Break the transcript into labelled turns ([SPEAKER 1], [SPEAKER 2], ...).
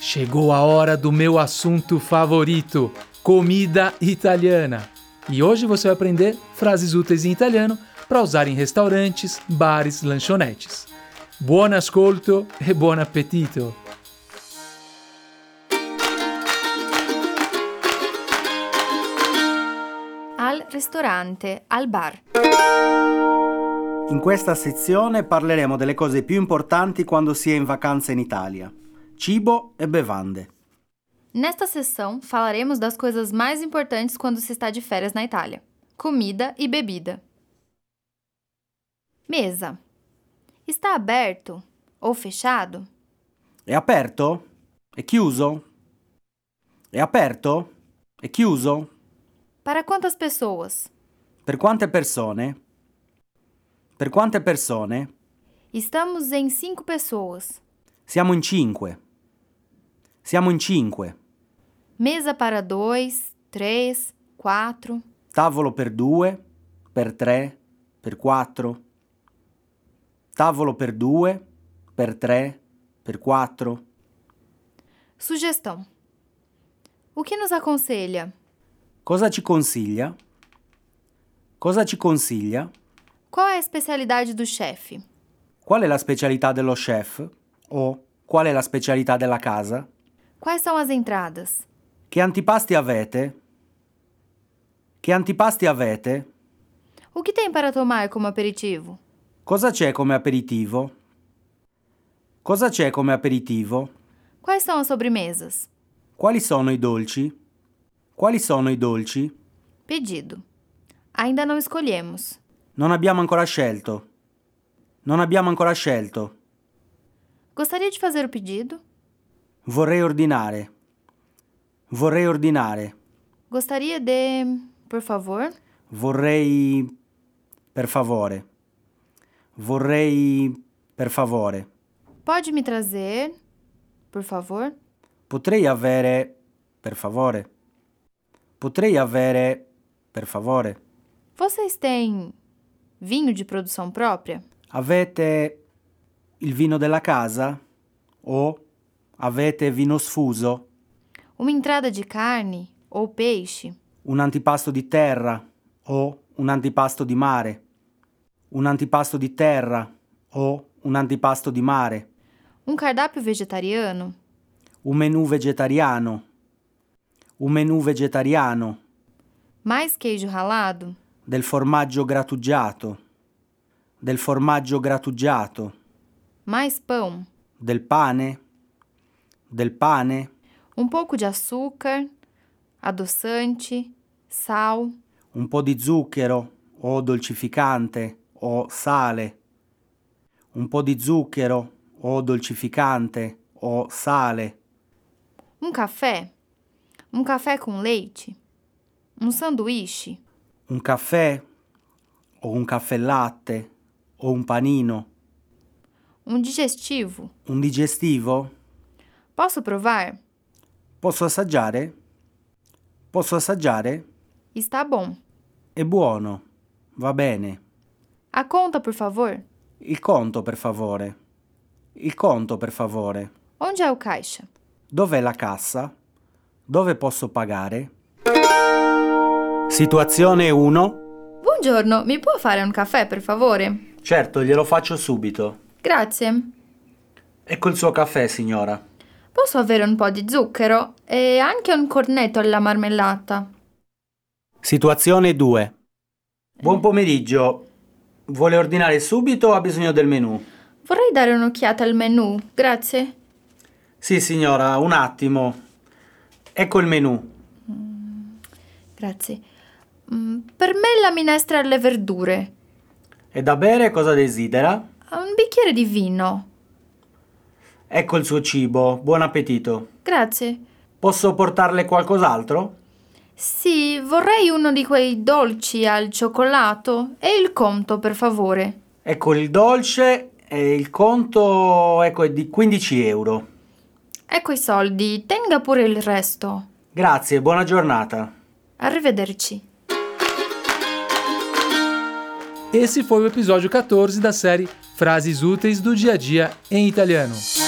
[SPEAKER 1] Chegou a hora do meu assunto favorito: comida italiana. E hoje você vai aprender frases úteis em italiano para usar em restaurantes, bares, lanchonetes. Buon ascolto e buon appetito!
[SPEAKER 2] Al ristorante, al bar.
[SPEAKER 3] In questa sezione parleremo delle cose più importanti quando si è in vacanza in Italia: cibo e bevande.
[SPEAKER 2] Nesta sessão, falaremos das coisas mais importantes quando se está de férias na Itália: comida e bebida. Mesa. Está aberto ou fechado?
[SPEAKER 3] È aperto? È chiuso? È aperto? È chiuso?
[SPEAKER 2] Para quantas pessoas?
[SPEAKER 3] Per quante persone? Per quante persone?
[SPEAKER 2] Estamos em cinco pessoas.
[SPEAKER 3] Siamo in cinque. Siamo in cinque.
[SPEAKER 2] Mesa para dois, três, quatro.
[SPEAKER 3] Tavolo per due, per tre, per quattro. Tavolo per due, per tre, per quattro.
[SPEAKER 2] Sugestão: O que nos aconselha?
[SPEAKER 3] Cosa ci consiglia? Cosa ci consiglia?
[SPEAKER 2] Qual é a especialidade do chefe?
[SPEAKER 3] Qual è la specialità dello chef? O qual è la specialità della casa?
[SPEAKER 2] Quais são as entradas?
[SPEAKER 3] Che antipasti avete? Che antipasti avete?
[SPEAKER 2] O que tem para tomar como aperitivo?
[SPEAKER 3] Cosa c'è come aperitivo? Cosa c'è come aperitivo?
[SPEAKER 2] Quais são as sobremesas?
[SPEAKER 3] Quali sono i dolci? Quali sono i dolci?
[SPEAKER 2] Pedido: Ainda não escolhemos.
[SPEAKER 3] Non abbiamo ancora scelto. Non abbiamo ancora scelto.
[SPEAKER 2] Gostaria de fazer o pedido?
[SPEAKER 3] Vorrei ordinare. Vorrei ordinare.
[SPEAKER 2] Gostaria de. Por favor?
[SPEAKER 3] Vorrei... Per favore. Vorrei... Per favore.
[SPEAKER 2] Pode me trazer. Por favor?
[SPEAKER 3] Potrei avere... Per favore. Potrei avere... Per favore.
[SPEAKER 2] Vocês têm vinho de produção própria?
[SPEAKER 3] Avete il vino della casa? O avete vino sfuso?
[SPEAKER 2] Uma entrada de carne ou peixe?
[SPEAKER 3] Un antipasto di terra? O un antipasto di mare? Un antipasto di terra? O un antipasto di mare?
[SPEAKER 2] Um cardápio vegetariano?
[SPEAKER 3] Un menù vegetariano? Un menù vegetariano?
[SPEAKER 2] Mais queijo ralado?
[SPEAKER 3] Del formaggio grattugiato? Del formaggio grattugiato?
[SPEAKER 2] Mais pão?
[SPEAKER 3] Del pane? Del pane?
[SPEAKER 2] Um pouco de açúcar? Adoçante? Sal?
[SPEAKER 3] un po' di zucchero o dolcificante o sale. Un po' di zucchero o dolcificante o sale.
[SPEAKER 2] Um café? Um café com leite? Um sanduíche?
[SPEAKER 3] Un caffè o un caffè latte o un panino.
[SPEAKER 2] Um digestivo?
[SPEAKER 3] Un digestivo?
[SPEAKER 2] Posso provar?
[SPEAKER 3] Posso assaggiare? Posso assaggiare?
[SPEAKER 2] Está bom.
[SPEAKER 3] È buono. Va bene.
[SPEAKER 2] A conta, por favor?
[SPEAKER 3] Il conto, per favore. Il conto, per favore.
[SPEAKER 2] Onde é o caixa?
[SPEAKER 3] Dov'è la cassa? Dove posso pagare? Situazione 1.
[SPEAKER 2] Buongiorno, mi può fare un caffè, per favore?
[SPEAKER 3] Certo, glielo faccio subito.
[SPEAKER 2] Grazie.
[SPEAKER 3] Ecco il suo caffè, signora.
[SPEAKER 2] Posso avere un po' di zucchero e anche un cornetto alla marmellata?
[SPEAKER 3] Situazione 2. Buon pomeriggio. Vuole ordinare subito o ha bisogno del menù?
[SPEAKER 2] Vorrei dare un'occhiata al menù, grazie.
[SPEAKER 3] Sì, signora, un attimo. Ecco il menù.
[SPEAKER 2] Grazie. Mm, per me la minestra alle verdure.
[SPEAKER 3] E da bere cosa desidera?
[SPEAKER 2] Un bicchiere di vino.
[SPEAKER 3] Ecco il suo cibo. Buon appetito.
[SPEAKER 2] Grazie.
[SPEAKER 3] Posso portarle qualcos'altro?
[SPEAKER 2] Sì, vorrei uno di quei dolci al cioccolato e il conto, per favore.
[SPEAKER 3] Ecco il dolce e il conto ecco, è di 15 euro.
[SPEAKER 2] Ecco i soldi, tenga pure il resto.
[SPEAKER 3] Grazie, buona giornata.
[SPEAKER 2] Arrivederci.
[SPEAKER 1] Esse foi o episódio 14 da série Frases Úteis do Dia a Dia em Italiano.